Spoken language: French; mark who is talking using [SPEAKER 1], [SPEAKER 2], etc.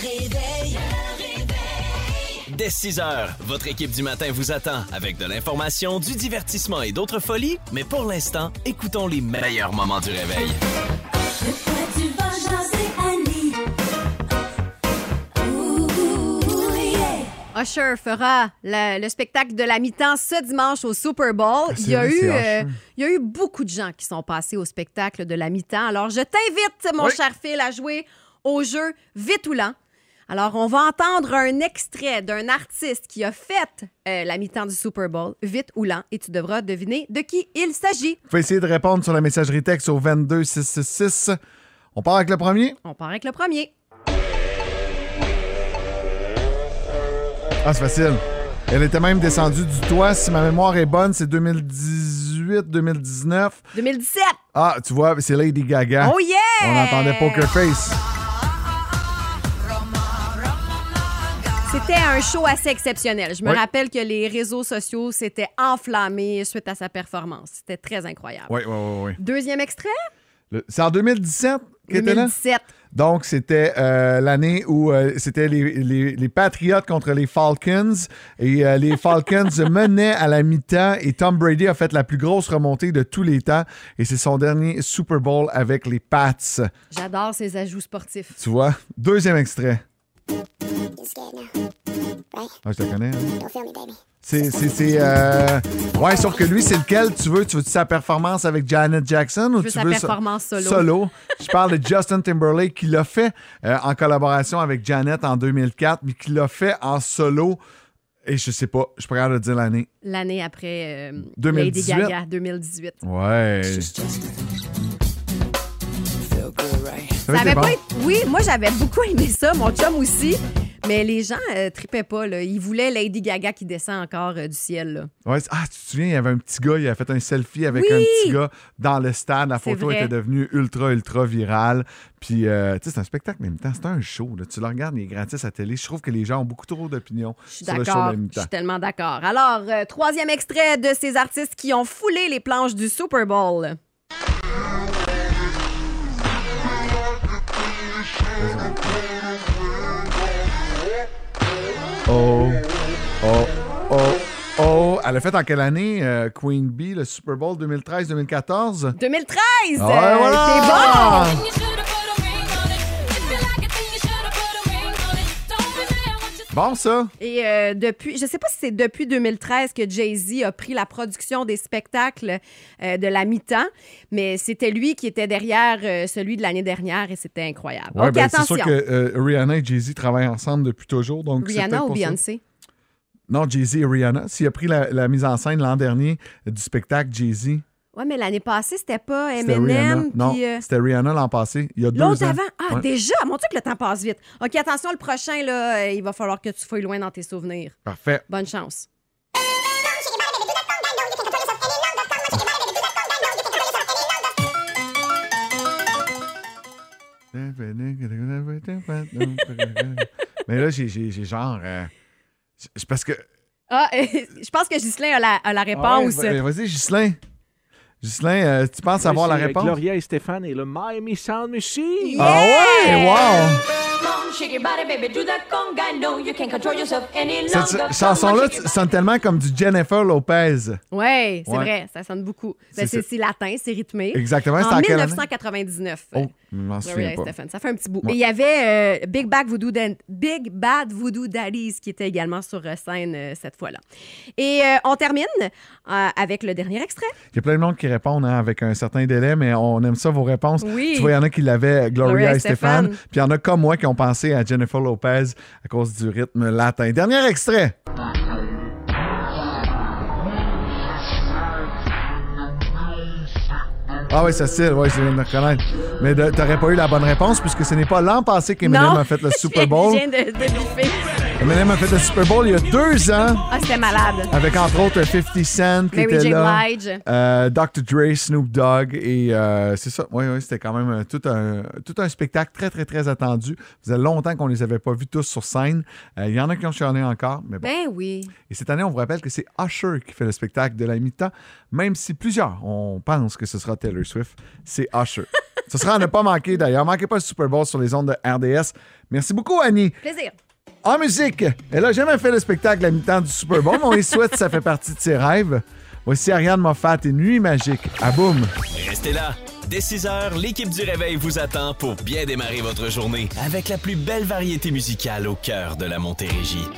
[SPEAKER 1] réveil.
[SPEAKER 2] Dès 6 heures, votre équipe du matin vous attend avec de l'information, du divertissement et d'autres folies. Mais pour l'instant, écoutons les meilleurs moments du réveil.
[SPEAKER 1] De quoi tu vas jaser, Annie? Ouh, yeah.
[SPEAKER 3] Usher fera la- le spectacle de la mi-temps ce dimanche au Super Bowl.
[SPEAKER 4] Ah, c'est
[SPEAKER 3] Il y, a
[SPEAKER 4] vrai,
[SPEAKER 3] eu,
[SPEAKER 4] c'est
[SPEAKER 3] euh,
[SPEAKER 4] Usher.
[SPEAKER 3] il y a eu beaucoup de gens qui sont passés au spectacle de la mi-temps. Alors, je t'invite, mon
[SPEAKER 4] Oui.
[SPEAKER 3] cher Phil, à jouer au jeu Vite ou lent. Alors, on va entendre un extrait d'un artiste qui a fait euh, la mi-temps du Super Bowl, Vite ou lent, et tu devras deviner de qui il s'agit.
[SPEAKER 4] Faut essayer de répondre sur la messagerie texte au 22666. On part avec le premier.
[SPEAKER 3] On part avec le premier.
[SPEAKER 4] Ah, c'est facile. Elle était même descendue du toit. Si ma mémoire est bonne, c'est 2018-2019.
[SPEAKER 3] 2017.
[SPEAKER 4] Ah, tu vois, c'est Lady Gaga.
[SPEAKER 3] Oh yeah!
[SPEAKER 4] Ah, On entendait Poker Face.
[SPEAKER 3] C'était un show assez exceptionnel. Je me
[SPEAKER 4] Oui.
[SPEAKER 3] rappelle que les réseaux sociaux s'étaient enflammés suite à sa performance. C'était très incroyable.
[SPEAKER 4] Oui, oui, oui. oui.
[SPEAKER 3] Deuxième extrait,
[SPEAKER 4] Le- C'est en 2017 qu'elle était là?
[SPEAKER 3] 2017.
[SPEAKER 4] Donc, c'était euh, l'année où euh, c'était les, les, les Patriots contre les Falcons. Et euh, les Falcons menaient à la mi-temps. Et Tom Brady a fait la plus grosse remontée de tous les temps. Et c'est son dernier Super Bowl avec les Pats.
[SPEAKER 3] J'adore ses ajouts sportifs.
[SPEAKER 4] Tu vois? Deuxième extrait. Ah, je la connais. hein. C'est. c'est- c'est, euh, Ouais, sauf que lui, c'est lequel tu veux? Tu veux sa performance avec Janet Jackson ou
[SPEAKER 3] veux
[SPEAKER 4] tu
[SPEAKER 3] sa
[SPEAKER 4] veux
[SPEAKER 3] performance solo.
[SPEAKER 4] Je parle de Justin Timberlake qui l'a fait euh, en collaboration avec Janet en 2004, mais qui l'a fait en solo. Et je sais pas, je pourrais le dire l'année.
[SPEAKER 3] L'année après euh,
[SPEAKER 4] 2018.
[SPEAKER 3] Lady Gaga, 2018.
[SPEAKER 4] Ouais.
[SPEAKER 3] Ça avait pas été- Oui, moi j'avais beaucoup aimé ça, mon chum aussi. Mais les gens euh, tripaient pas. Là. Ils voulaient Lady Gaga qui descend encore euh, du ciel. là.
[SPEAKER 4] Ouais, c'est- ah, tu te souviens, il y avait un petit gars, il a fait un selfie avec
[SPEAKER 3] Oui!
[SPEAKER 4] un petit gars dans le stade. La
[SPEAKER 3] C'est
[SPEAKER 4] photo
[SPEAKER 3] vrai.
[SPEAKER 4] était devenue ultra, ultra virale. Puis, euh, tu sais, c'est un spectacle en même temps. C'est un show. là. Tu le regardes, il est gratis à télé. Je trouve que les gens ont beaucoup trop d'opinions
[SPEAKER 3] Je suis
[SPEAKER 4] sur le show en
[SPEAKER 3] d'accord.
[SPEAKER 4] même
[SPEAKER 3] Je
[SPEAKER 4] temps.
[SPEAKER 3] suis tellement d'accord. Alors, euh, troisième extrait de ces artistes qui ont foulé les planches du Super Bowl.
[SPEAKER 4] Oh, oh, oh, oh. Elle a fait en quelle année, euh, Queen Bee, le Super Bowl 2013-2014?
[SPEAKER 3] 2013!
[SPEAKER 4] Ouais,
[SPEAKER 3] Euh,
[SPEAKER 4] voilà!
[SPEAKER 3] C'est bon!
[SPEAKER 4] Bon, ça.
[SPEAKER 3] Et euh, depuis, je sais pas si c'est depuis 2013 que Jay-Z a pris la production des spectacles euh, de la mi-temps, mais c'était lui qui était derrière euh, celui de l'année dernière et c'était incroyable.
[SPEAKER 4] Ouais,
[SPEAKER 3] OK,
[SPEAKER 4] ben, c'est
[SPEAKER 3] attention.
[SPEAKER 4] sûr que euh, Rihanna et Jay-Z travaillent ensemble depuis toujours. Donc c'est peut-être
[SPEAKER 3] Rihanna ou
[SPEAKER 4] pour ça.
[SPEAKER 3] Beyoncé?
[SPEAKER 4] Non, Jay-Z et Rihanna. S'il a pris la, la mise en scène l'an dernier du spectacle Jay-Z,
[SPEAKER 3] Ouais, mais l'année passée, c'était pas
[SPEAKER 4] C'était Rihanna.
[SPEAKER 3] Eminem.
[SPEAKER 4] Non,
[SPEAKER 3] puis, euh,
[SPEAKER 4] c'était Rihanna l'an passé. Il y a deux ans.
[SPEAKER 3] L'autre avant. Ah,
[SPEAKER 4] Ouais.
[SPEAKER 3] déjà! Mon Dieu que le temps passe vite. OK, attention, le prochain, là, euh, il va falloir que tu fouilles loin dans tes souvenirs.
[SPEAKER 4] Parfait.
[SPEAKER 3] Bonne chance.
[SPEAKER 4] Mais là, j'ai- j'ai j'ai genre. euh, c'est parce que.
[SPEAKER 3] Ah, je pense que Ghislain a la, a la réponse.
[SPEAKER 4] Ah ouais, Vas-y, Ghislain. Ghislain, euh, tu penses avoir la
[SPEAKER 5] C'est, euh,
[SPEAKER 4] réponse?
[SPEAKER 5] Gloria et Stéphane et le Miami Sound Machine.
[SPEAKER 3] Yeah!
[SPEAKER 4] Ah ouais, wow! Cette chanson-là tu- sonne tellement comme du Jennifer Lopez.
[SPEAKER 3] Oui, c'est
[SPEAKER 4] Ouais.
[SPEAKER 3] vrai, ça sonne beaucoup.
[SPEAKER 4] C'est
[SPEAKER 3] Ben, C'est
[SPEAKER 4] ça.
[SPEAKER 3] c'est latin, c'est rythmé.
[SPEAKER 4] Exactement, c'est
[SPEAKER 3] En
[SPEAKER 4] en quelle année?
[SPEAKER 3] 1999. euh,
[SPEAKER 4] Oh, je m'en
[SPEAKER 3] Gloria
[SPEAKER 4] souviens pas.
[SPEAKER 3] Estefan. Ça fait un petit bout.
[SPEAKER 4] Ouais.
[SPEAKER 3] Et il y avait euh, Big, Bad Voodoo Dan- Big Bad Voodoo Daddies qui était également sur euh, scène euh, cette fois-là. Et euh, on termine euh, avec le dernier extrait.
[SPEAKER 4] Il y a plein de monde qui répondent hein, avec un certain délai, mais on aime ça, vos réponses.
[SPEAKER 3] Oui.
[SPEAKER 4] Tu vois, il y en a qui l'avaient euh, Gloria,
[SPEAKER 3] Gloria
[SPEAKER 4] et Stéphane.
[SPEAKER 3] Estefan.
[SPEAKER 4] Puis il y en a comme moi qui ont pensé à Jennifer Lopez à cause du rythme latin. Dernier extrait. Ah oui, Cécile, oui, je viens de le reconnaître. Mais de- t'aurais pas eu la bonne réponse puisque ce n'est pas l'an passé qu'Eminem
[SPEAKER 3] Non.
[SPEAKER 4] a fait le
[SPEAKER 3] Je
[SPEAKER 4] Super Bowl.
[SPEAKER 3] viens de, de biffer.
[SPEAKER 4] Eminem a fait le Super Bowl il y a deux ans
[SPEAKER 3] Ah, c'était malade.
[SPEAKER 4] avec entre autres 50 Cent qui
[SPEAKER 3] Mary
[SPEAKER 4] était
[SPEAKER 3] J.
[SPEAKER 4] là.
[SPEAKER 3] Blige.
[SPEAKER 4] Euh, Dr. Dre, Snoop Dogg et euh, c'est ça. Oui, oui, c'était quand même euh, tout un, tout un spectacle très, très, très attendu. Ça faisait longtemps qu'on les avait pas vus tous sur scène. Euh, Il y en a qui ont chialé encore, mais bon.
[SPEAKER 3] Ben oui.
[SPEAKER 4] Et cette année, on vous rappelle que c'est Usher qui fait le spectacle de la mi-temps, même si plusieurs, on pense que ce sera Taylor Swift, c'est Usher. Ce sera à ne pas manquer d'ailleurs. Manquez pas le Super Bowl sur les ondes de RDS. Merci beaucoup, Annie.
[SPEAKER 3] Plaisir.
[SPEAKER 4] En musique, elle a jamais fait le spectacle à mi-temps du Super Bowl, mais on lui souhaite, ça fait partie de ses rêves. Voici Ariane Moffat et Nuit Magique. À boum!
[SPEAKER 2] Restez là. Dès 6 heures, l'équipe du réveil vous attend pour bien démarrer votre journée avec la plus belle variété musicale au cœur de la Montérégie.